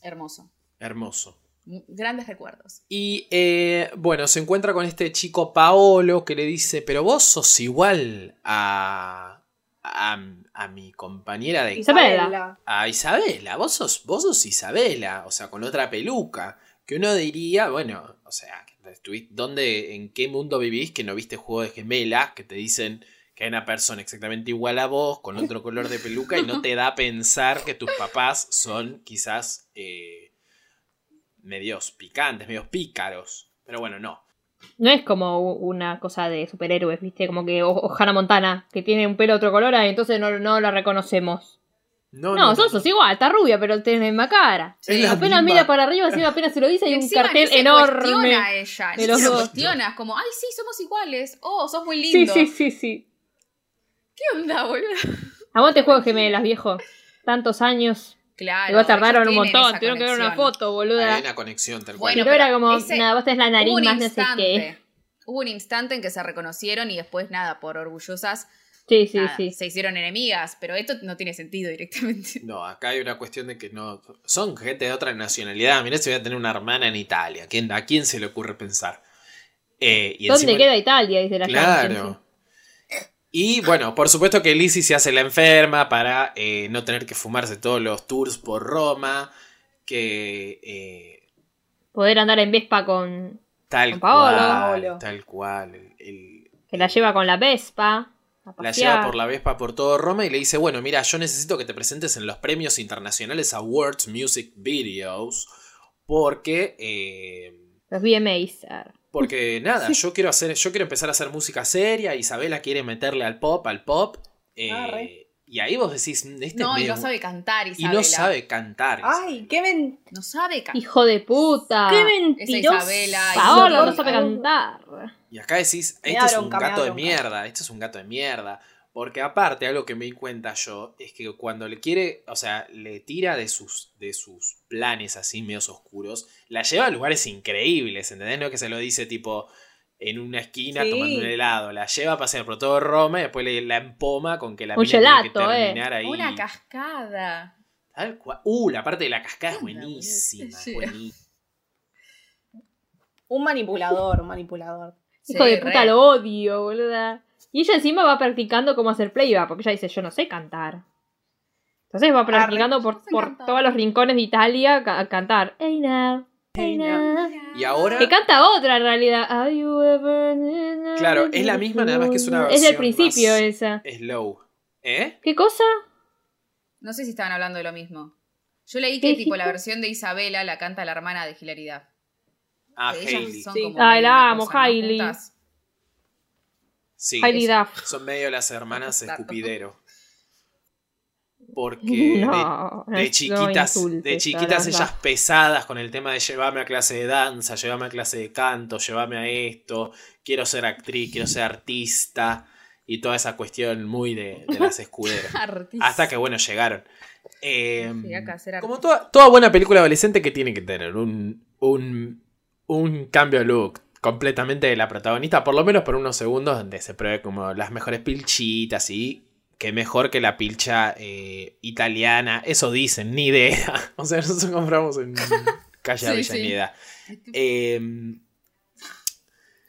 Hermoso.
Hermoso.
M- Grandes recuerdos.
Y eh, bueno, se encuentra con este chico Paolo que le dice, pero vos sos igual a, a, a mi compañera de...
(laughs) Isabela.
A Isabela, vos sos, vos sos Isabela, o sea, con otra peluca. Que uno diría, bueno, o sea, estuvi- ¿dónde, en qué mundo vivís que no viste juego de gemelas que te dicen que hay una persona exactamente igual a vos, con otro color de peluca, y no te da a pensar que tus papás son quizás eh, medios picantes, medios pícaros. Pero bueno, no.
No es como u- una cosa de superhéroes, ¿viste? Como que o, o Hannah Montana, que tiene un pelo otro color, ah, entonces no, no la reconocemos.
No,
No, sos, sos igual, está rubia, pero tiene la misma cara.
Es la
apenas
misma.
mira para arriba, encima apenas se lo dice, hay un
Encima
cartel
ni se cuestiona a
enorme.
ella.
de
Ni
los
se
dos.
cuestiona. Es como, ay, sí, somos iguales. Oh, sos muy
Sí,
lindo.
sí, sí, sí.
¿Qué onda, boludo?
Aguante juego de gemelas, viejo. Tantos años.
Claro.
Igual tardaron
Ah, ellos
un
tienen
montón,
esa
tuvieron que ver una
conexión.
foto,
Hay
boluda.
una conexión tal cual.
Pero
Bueno,
era
pero
como,
ese-
nada, vos tenés la nariz
Hubo un
más no sé qué.
instante. Hubo un instante en que se reconocieron y después, nada, por orgullosas,
Sí, sí,
nada,
sí.
se hicieron enemigas. Pero esto no tiene sentido directamente.
No, acá hay una cuestión de que no. Son gente de otra nacionalidad. Mirá si voy a tener una hermana en Italia. ¿Quién- ¿A quién se le ocurre pensar? Eh, y
¿Dónde
encima-
queda Italia? Dice la canción, sí.
Claro. Y bueno, por supuesto que Lizzie se hace la enferma para eh, no tener que fumarse todos los tours por Roma. Que. eh,
Poder andar en Vespa con.
tal
Con Paolo.
cual.
Paolo.
Tal cual. el- el-
que la lleva con la Vespa. a
La
pasear.
lleva por la Vespa por todo Roma y le dice, bueno, mira, yo necesito que te presentes en los premios internacionales Awards Music Videos porque, eh,
Los VMAs. ah.
(laughs)
Porque nada, yo quiero hacer, yo quiero empezar a hacer música seria, Isabela quiere meterle al pop, al pop. eh,
Ah, re.
y ahí vos decís, (laughs) este
No,
es
y
medio-
no sabe cantar,
y
Isabela.
no sabe cantar.
Ay, qué ven...
No sabe cantar.
Hijo de puta.
¡Qué
Esa
mentirosa!
Isabela.
Paola
Isabela.
no sabe cantar.
Y acá decís,
Me
este
da
es un
bronca, me da
gato de
bronca.
mierda, este es un gato de mierda. Porque aparte, algo que me di cuenta yo, es que cuando le quiere, o sea, le tira de sus, de sus planes así medios oscuros, la lleva a lugares increíbles, ¿entendés? No es que se lo dice tipo en una esquina
Sí.
tomando un helado, la lleva a pasear por todo Roma y después le, la empoma con que la
Un
mina tiene que
gelato, eh.
terminar ahí.
Una cascada.
Tal cual. Uh, la parte de la cascada es
Anda, boludo.
buenísima,
Sí.
es buenísima.
Un manipulador, un manipulador.
Hijo
Sí,
de puta,
re.
lo odio, boluda. Y ella encima va practicando cómo hacer playback, porque ella dice, yo no sé cantar. Entonces va practicando por,
sé
por
cantar.
todos los rincones de Italia ca- a cantar. Hey now, hey now.
Y ahora...
Que canta otra en realidad. Have you ever-
Claro, es la misma, nada más que es una
Es
versión
del principio
más-
esa.
Slow. ¿Eh?
¿Qué cosa?
No sé si estaban hablando de lo mismo. Yo leí que
¿Qué
tipo la
dijiste?
versión de Isabela la canta la hermana de Hilaridad.
Ah,
Que
Hailey.
son
sí.
como
Ay,
medio
la
una
amo,
cosa, ¿no?
Hailey.
Juntas.
(laughs)
Sí,
Hailey Duff.
son medio las hermanas
Claro.
(laughs)
escupidero. (laughs) Porque
no,
de, de
no
chiquitas, de
insultes,
chiquitas
Caramba.
ellas pesadas con el tema de llevarme a clase de danza, llevarme a clase de canto, llevarme a esto, quiero ser actriz, quiero ser artista y toda esa cuestión muy de, de las
(laughs)
escuderas.
Artista.
Hasta que bueno, llegaron. Eh,
Sí, acá será-
como toda, toda buena película adolescente que tiene que tener un, un, un cambio de look completamente de la protagonista, por lo menos por unos segundos, donde se pruebe como las mejores pilchitas y que mejor que la pilcha eh, italiana. Eso dicen, ni idea. (laughs) O sea, nosotros compramos en calle
(laughs) Sí,
Avellaneda. Eh,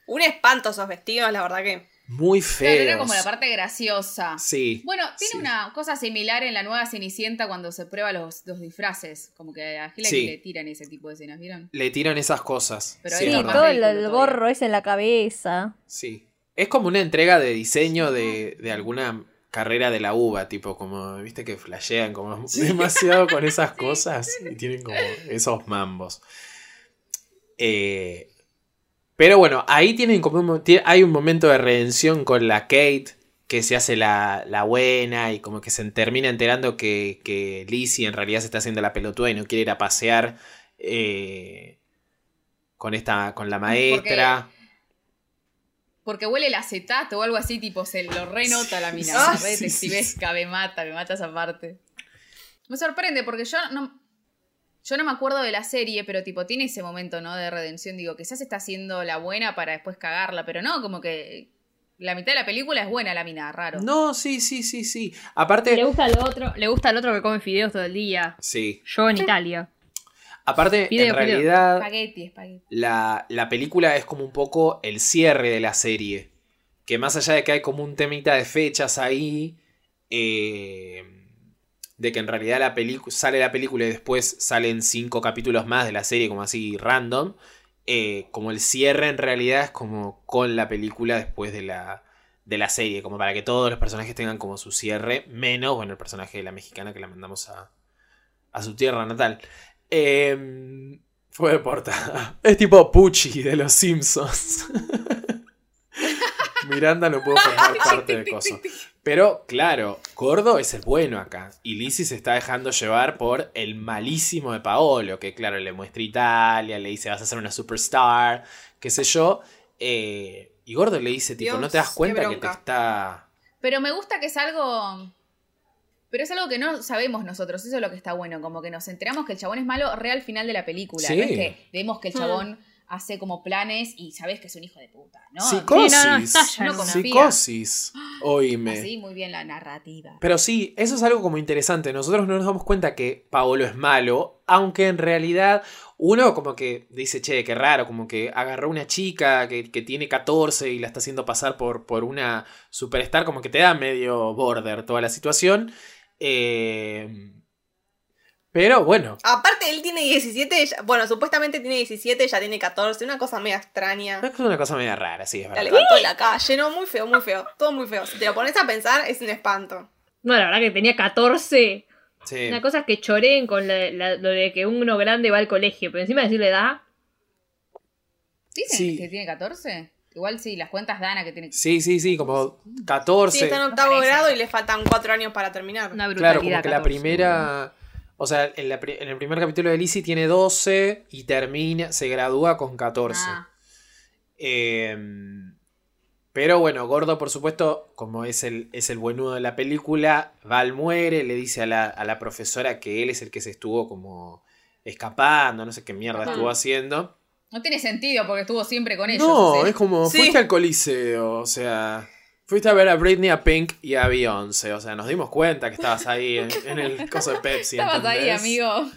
Un espanto esos vestidos, la verdad que.
muy
Claro,
feos.
era como la parte graciosa.
Sí.
Bueno, tiene
Sí.
una cosa similar en la nueva Cenicienta cuando se prueba los, los disfraces. Como que a Hillary
Sí.
le tiran ese tipo de escenas, ¿vieron?
Le tiran esas cosas.
Pero
sí,
ahí
es
Sí,
está
verdad.
todo el,
ridículo
el
todavía.
gorro ese en la cabeza.
Sí. Es como una entrega de diseño de, de alguna carrera de la uva, tipo como, viste que flashean como (laughs) demasiado con esas cosas y tienen como esos mambos. Eh, pero bueno, ahí tienen como un mo- tie- hay un momento de redención con la Kate que se hace la, la buena y como que se termina enterando que, que Lizzie en realidad se está haciendo la pelotuda y no quiere ir a pasear eh, con esta con la maestra.
Porque huele el acetato o algo así, tipo, se lo renota la mina.
Ah,
re
sí,
detectivesca, me mata, me mata esa parte. Me sorprende porque yo no. Yo no me acuerdo de la serie, pero tipo, tiene ese momento, ¿no? De redención. Digo, quizás está haciendo la buena para después cagarla, pero no, como que. La mitad de la película es buena la mina, raro.
No, sí, sí, sí, sí.
Le
Aparte.
gusta al otro, le gusta al otro que come fideos todo el día.
Sí.
Yo en Italia.
Aparte,
Fideo,
en
fideo.
realidad,
Espagueti, espagueti.
la, la película es como un poco el cierre de la serie. Que más allá de que hay como un temita de fechas ahí. eh, de que en realidad la película sale la película y después salen cinco capítulos más de la serie, como así random. eh, como el cierre en realidad es como con la película después de la, de la serie, como para que todos los personajes tengan como su cierre, menos, bueno, el personaje de la mexicana que la mandamos a, a su tierra natal. Em, fue deportada. (laughs) Es tipo Pucci de los Simpsons. (laughs) Miranda no pudo formar parte de coso. Pero claro, Gordo es el bueno acá. Y Lizzie se está dejando llevar por el malísimo de Paolo, que claro, le muestra Italia, le dice vas a ser una superstar, qué sé yo. Eh, y Gordo le dice, tipo,
Dios,
no te das
qué
cuenta que te
bronca.
está...
Pero me gusta que es algo. Pero es algo que no sabemos nosotros, eso es lo que está bueno, como que nos enteramos que el chabón es malo re al final de la película,
Sí.
no es que vemos que el chabón hace como planes y sabes que es un hijo de puta, ¿no?
Psicosis.
Sí, no, no, estalla
en una.
Psicosis. Oíme.
Así muy bien la narrativa.
Pero sí, eso es algo como interesante. Nosotros no nos damos cuenta que Paolo es malo, aunque en realidad uno como que dice, che, qué raro, como que agarró una chica que, que tiene 14 y la está haciendo pasar por, por una superstar, como que te da medio border toda la situación. Eh, pero bueno,
Aparte, él tiene 17, ella- bueno, supuestamente tiene 17, ella tiene 14, una cosa media extraña.
es una cosa media rara, sí, es
La
verdad.
levantó de la calle, no, muy feo, muy feo, todo muy feo. Si te lo pones a pensar, es un espanto.
No, la verdad que tenía 14.
Sí.
Una cosa es que choreen con la- la- lo de que uno grande va al colegio, pero encima decirle da.
¿Dicen
Sí.
que tiene 14? Igual sí, las cuentas dan a que tiene
Sí, sí, sí, como
Sí,
14.
está en octavo
Parece.
grado y le faltan cuatro años para terminar.
una brutalidad.
Claro, como que la
14,
primera. O sea, en, la pri- en el primer capítulo de Lizzie tiene 12 y termina, se gradúa con 14.
Ah,
Eh, pero bueno, Gordo, por supuesto, como es el, es el buenudo de la película, Val muere, le dice a la, a la profesora que él es el que se estuvo como escapando, no sé qué mierda
Ajá.
estuvo haciendo.
no tiene sentido porque estuvo siempre con ellos.
No,
así.
es como,
Sí.
fuiste al coliseo, o sea, fuiste a ver a Britney, a Pink y a Beyoncé, o sea, nos dimos cuenta que estabas ahí en, en el coso de Pepsi.
Estabas ahí,
¿entendés?
amigo.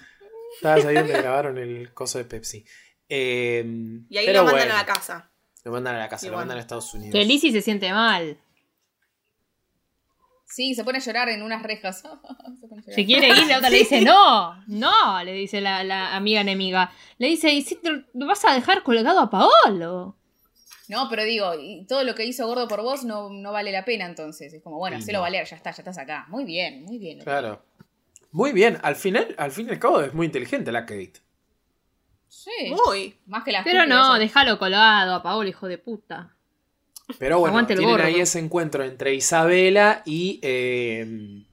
Estabas ahí donde grabaron el coso de Pepsi. Eh,
Y ahí
pero
lo mandan
bueno,
a la casa.
Lo mandan a la casa,
Y
lo
bueno.
mandan a Estados Unidos.
Que Lizzie se siente mal.
Sí, se pone a llorar en unas rejas. (laughs) Se pone a llorar.
Se quiere ir, la otra le dice, no, no, le dice la, la amiga enemiga. Le dice, y si te, lo vas a dejar colgado a Paolo.
No, pero digo, y todo lo que hizo Gordo por vos no, no vale la pena entonces. Es como, bueno,
Y
hacelo
no.
valer, ya está, ya estás acá. Muy bien, muy bien.
Claro. Muy bien, al final, al fin y al cabo es muy inteligente la Kate.
Sí.
Muy.
Más que las
Pero no, déjalo colgado a Paolo, hijo de puta.
Pero bueno,
Aguante el
tienen
gordo.
ahí ese encuentro entre Isabela y, eh,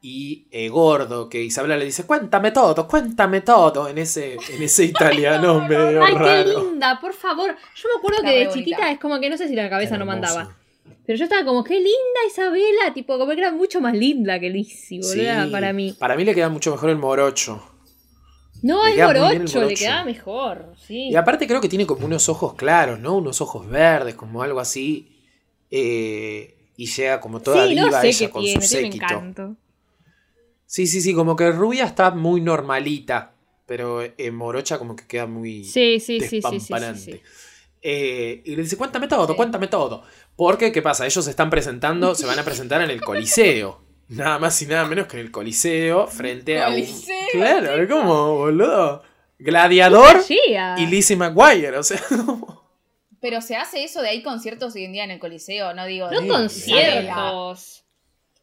y eh, Gordo, que Isabela le dice, cuéntame todo, cuéntame todo, en ese, en
(laughs)
ese italiano medio
Ay, qué
raro.
linda, por favor. Yo me acuerdo
Está
que
re
de
bonita.
chiquita es como que no sé si la cabeza no
Hermoso.
mandaba. Pero yo estaba como, qué linda Isabela, tipo, como que era mucho más linda que Lizzie, boluda,
Sí.
para mí.
Para mí le queda mucho mejor el morocho.
No,
Le
es
queda muy bien el
morocho, le
morocho.
quedaba mejor, sí.
Y aparte creo que tiene como unos ojos claros, ¿no? Unos ojos verdes, como algo así. eh, y llega como toda
sí,
viva
no sé
ella
qué
con
tiene,
su
tiene
séquito.
encanto.
Sí, sí, sí, como que rubia está muy normalita, pero eh, morocha como que queda muy
Sí, sí, sí, sí, sí, sí,
despampanante.
sí.
Eh, y le dice, cuéntame todo,
Sí.
cuéntame todo. Porque, ¿qué pasa? Ellos se están presentando, se van a presentar en el
(laughs)
Coliseo. Nada más y nada menos que en el Coliseo, frente
Coliseo,
a un... Claro, ¿cómo, boludo? Gladiador
Gia.
y Lizzie McGuire, o sea...
Pero se hace eso de ahí conciertos hoy en día en el Coliseo, no digo. (laughs)
No
Sí,
conciertos.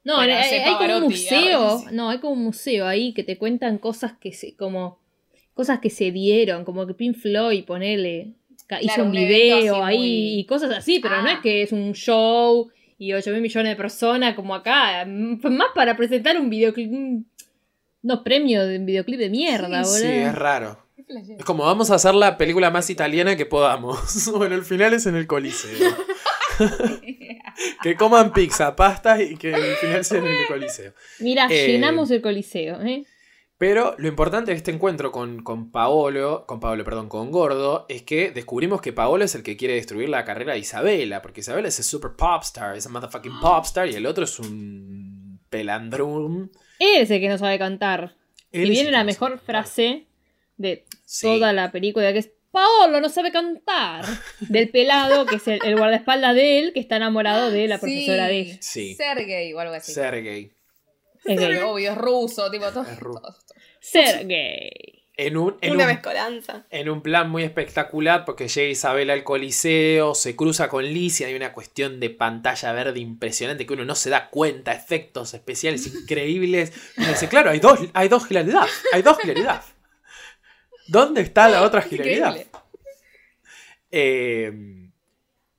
No,
Bueno,
hay,
hace
hay como un
Pavarotti,
museo.
ah,
No, hay como un museo ahí que te cuentan cosas que se, como cosas que se dieron, como que Pink Floyd, ponele, ca- hizo
Claro,
un
un evento
video
así
ahí
muy-
y cosas así, pero no
Ah.
es que es un show y 8 mil millones de personas como acá. M- Más para presentar un videoclip, un- unos premios de un videoclip de
(laughs)
mierda,
Sí, es
boludo.
raro. Es como vamos a hacer la película más italiana que podamos. (laughs) Bueno, el final es en el Coliseo. que coman pizza, pastas y que el final sea en el Coliseo.
Mira,
Eh,
llenamos el coliseo, ¿eh?
Pero lo importante de este encuentro con, con Paolo, con Paolo, perdón, con Gordo, es que descubrimos que Paolo es el que quiere destruir la carrera de Isabela, porque Isabela es a super popstar, es a motherfucking
Ah.
popstar, y el otro es un pelandrum.
Ese que no sabe cantar.
Él es
y viene
el
la
que
mejor
hace-
frase de
Sí.
toda la película, que es Paolo no sabe cantar. Del pelado, que es el, el guardaespaldas de él, que está enamorado de la profesora de ella.
Sí.
Sergey o algo así.
Sergei.
Es gay.
Obvio, es ruso, tipo todo.
Es ruso.
todo- todo.
Ser gay.
En un, en
Una
un
mezcolanza.
en un plan muy espectacular porque llega Isabela al Coliseo, se cruza con Lizzie, hay una cuestión de pantalla verde impresionante que uno no se da cuenta, efectos especiales increíbles. Y uno dice, claro, hay dos, hay dos Hilary Duff, hay dos Hilary Duff. ¿Dónde está la otra Hilary Duff?
Increíble.
Eh,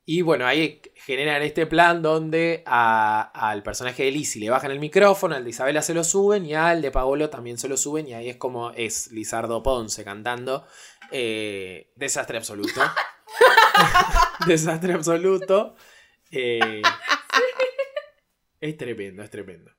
y bueno, ahí generan este plan donde a- al personaje de Lizzie le bajan el micrófono, al de Isabela se lo suben y al de Paolo también se lo suben y ahí es como es Lizardo Ponce cantando. Eh, desastre absoluto. (laughs) desastre absoluto. Eh, es tremendo, es tremendo.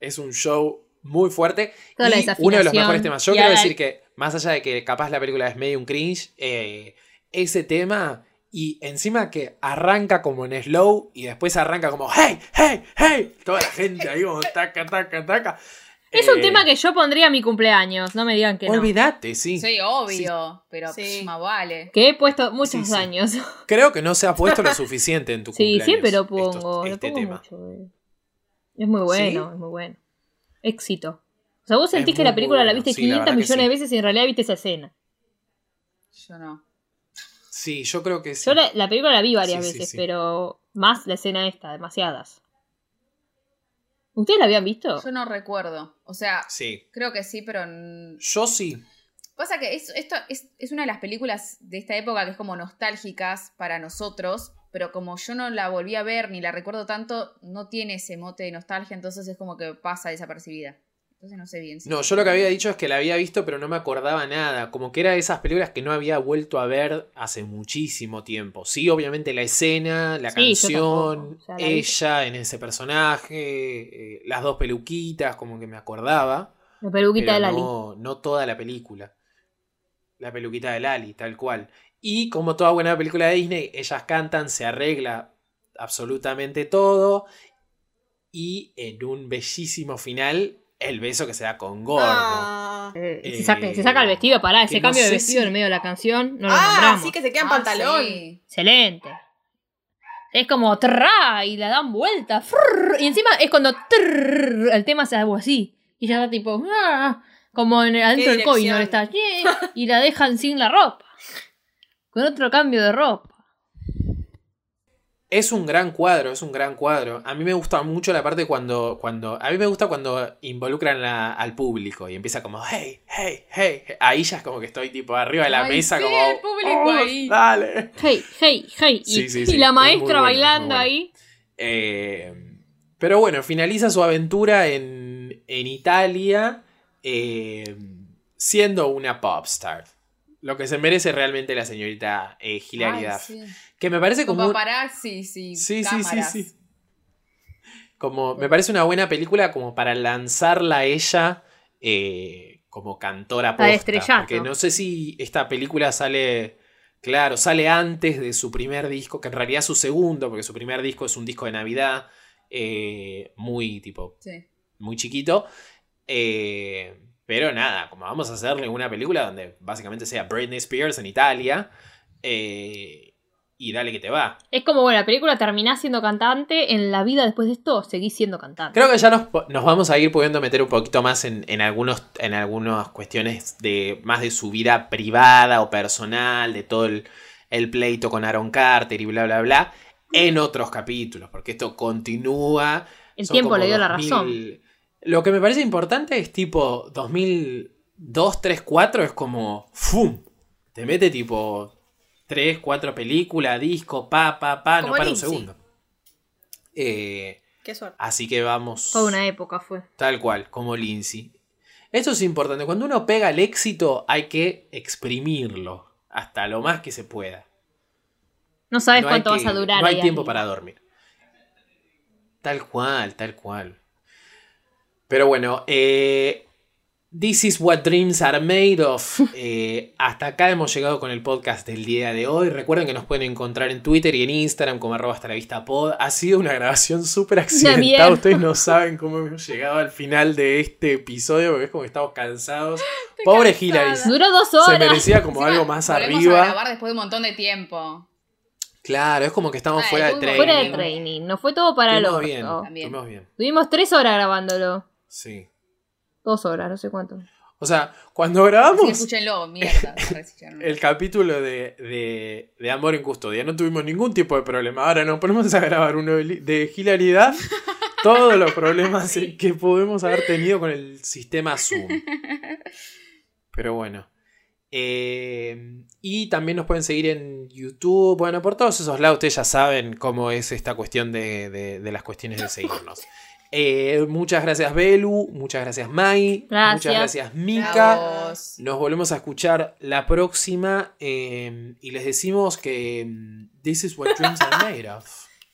Es un show muy fuerte.
Toda la
y uno de los
desafinación.
mejores temas. Yo
Y
quiero
ahora-
decir que, más allá de que capaz la película es medio un cringe, eh, ese tema y encima que arranca como en slow y después arranca como hey, hey, hey. Toda la gente ahí como taca, taca, taca.
Es
Eh.
un tema que yo pondría a mi cumpleaños, no me digan que no.
Olvídate, sí.
Sí, obvio, pero
Sí.
pff, más vale.
Que he puesto muchos
Sí, sí.
años.
Creo que no
(laughs)
se ha puesto lo suficiente en tu
Sí,
cumpleaños.
siempre lo
esto-
pongo. lo
este
pongo
tema.
mucho, eh. Es muy bueno,
¿Sí?
es muy bueno. Éxito. O sea, vos sentís
Es
que
muy,
la película
muy
la
bueno.
viste
Sí, la
500
verdad que
millones de
sí.
veces y en realidad viste esa escena.
Yo no.
Sí, yo creo que sí.
Yo la, la película la vi varias
Sí, sí,
veces,
sí.
pero más la escena esta, demasiadas. ¿Ustedes la habían visto?
Yo no recuerdo. O sea,
Sí.
creo que sí, pero. n-
Yo sí.
Pasa que es, esto es, es una de las películas de esta época que es como nostálgicas para nosotros, pero como yo no la volví a ver ni la recuerdo tanto, no tiene ese mote de nostalgia, entonces es como que pasa desapercibida. Entonces no sé bien si.
No, yo lo que había dicho es que la había visto, pero no me acordaba nada. Como que era de esas películas que no había vuelto a ver hace muchísimo tiempo. Sí, obviamente la escena, la
Sí, yo
canción,
tampoco. O sea, la vi-
ella en ese personaje, eh, las dos peluquitas, como que me acordaba.
La peluquita
Pero
de Lali.
no, no toda la película. La peluquita de Lali, tal cual. Y como toda buena película de Disney, ellas cantan, se arregla absolutamente todo. Y en un bellísimo final, el beso que se da con Gordo.
Ah,
Eh,
Eh,
se, saca, se saca el vestido, pará,
que
ese
no
cambio
sé
de vestido
si-
en medio de la canción, no lo
ah
nombramos.
sí que se queda en
Ah,
pantalón.
sí.
Excelente. Es como trrra y la dan vuelta. frrr, y encima es cuando trrr, el tema se algo así. Y ya está tipo, ah, como en, adentro del
dirección.
coinor está. yeah, y la dejan sin la ropa. Con otro cambio de ropa.
Es un gran cuadro, es un gran cuadro. A mí me gusta mucho la parte cuando. cuando a mí me gusta cuando involucran la- al público y empieza como, hey, hey, hey. Ahí ya es como que estoy tipo arriba de la
Ay,
mesa,
sí,
como.
el público
"Oh,
ahí".
Dale.
Hey, hey, hey. Y,
Sí, sí,
y
sí, es
la
muy
maestra
bueno, muy
bailando
bueno.
ahí.
Eh, pero bueno, finaliza su aventura en, en Italia eh, siendo una popstar. Lo que se merece realmente la señorita eh, Hilary
Ay,
Duff.
sí.
Que me parece
Con
como. un-
paparazzi, sí.
Sí, sí, sí,
cámaras.
sí. Como, me parece una buena película como para lanzarla a ella eh, como cantora
Para
posta.
estrellato.
Porque no sé si esta película sale, claro, sale antes de su primer disco, que en realidad es su segundo, porque su primer disco es un disco de Navidad eh, muy tipo
Sí.
muy chiquito. Eh, pero nada, como vamos a hacerle una película donde básicamente sea Britney Spears en Italia. eh, y dale que te va.
Es como, bueno, la película terminás siendo cantante. En la vida después de esto seguís siendo cantante.
Creo que ya nos, po- nos vamos a ir pudiendo meter un poquito más en, en algunos, en algunas cuestiones de más de su vida privada o personal, de todo el, el pleito con Aaron Carter y bla, bla, bla, en otros capítulos, porque esto continúa.
El
Son
tiempo
como
le dio la
2000.
razón.
Lo que me parece importante es tipo 2002, 3, 4 es como ¡fum! Te mete tipo 3, 4 películas, disco, pa, pa, pa, no
Como
para
Lindsay.
un segundo. Eh,
Qué suerte.
así que vamos
Toda una época fue.
tal cual, como Lindsay. Esto es importante, cuando uno pega el éxito hay que exprimirlo hasta lo más que se pueda.
No sabes
No hay
cuánto
que-
vas a durar.
No hay
ahí
tiempo
arriba.
para dormir. Tal cual, tal cual. Pero bueno, eh, This is what dreams are made
(laughs)
of. Eh, hasta acá hemos llegado con el podcast del día de hoy. Recuerden que nos pueden encontrar en Twitter y en Instagram como arroba hasta la vista pod. Ha sido una grabación súper accidentada.
mierda.
Ustedes no saben cómo hemos llegado al final de este episodio porque es como que estamos cansados. Pobre Hilary. Se
Duró dos horas. (laughs)
merecía como
Encima,
algo más
volvemos a
arriba.
grabar después de un montón de tiempo.
Claro, es como que estamos
Ah,
fuera de
estuvo
tren.
Fuera de training. No fue todo para
Estuvimos
lo
bien,
También.
estuvimos bien.
Tuvimos tres horas grabándolo.
Sí.
Dos horas, no sé cuánto.
O sea, cuando
Así que
grabamos
escúchenlo, mierda. (laughs) para si ya no-
el capítulo de, de, de Amor en Custodia, no tuvimos ningún tipo de problema. Ahora nos ponemos a grabar uno de Li- de hilaridad. Todos los problemas que podemos haber tenido con el sistema Zoom. Pero bueno. Eh, y también nos pueden seguir en YouTube. Bueno, por todos esos lados ustedes ya saben cómo es esta cuestión de, de- de las cuestiones de seguirnos. Eh, muchas gracias Belu, muchas gracias Mai, muchas
Gracias.
gracias Mika.
Bravos.
Nos volvemos a escuchar la próxima eh, y les decimos que mm, This is what dreams are made of.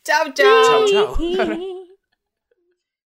Chau, chau.
Chau, chau.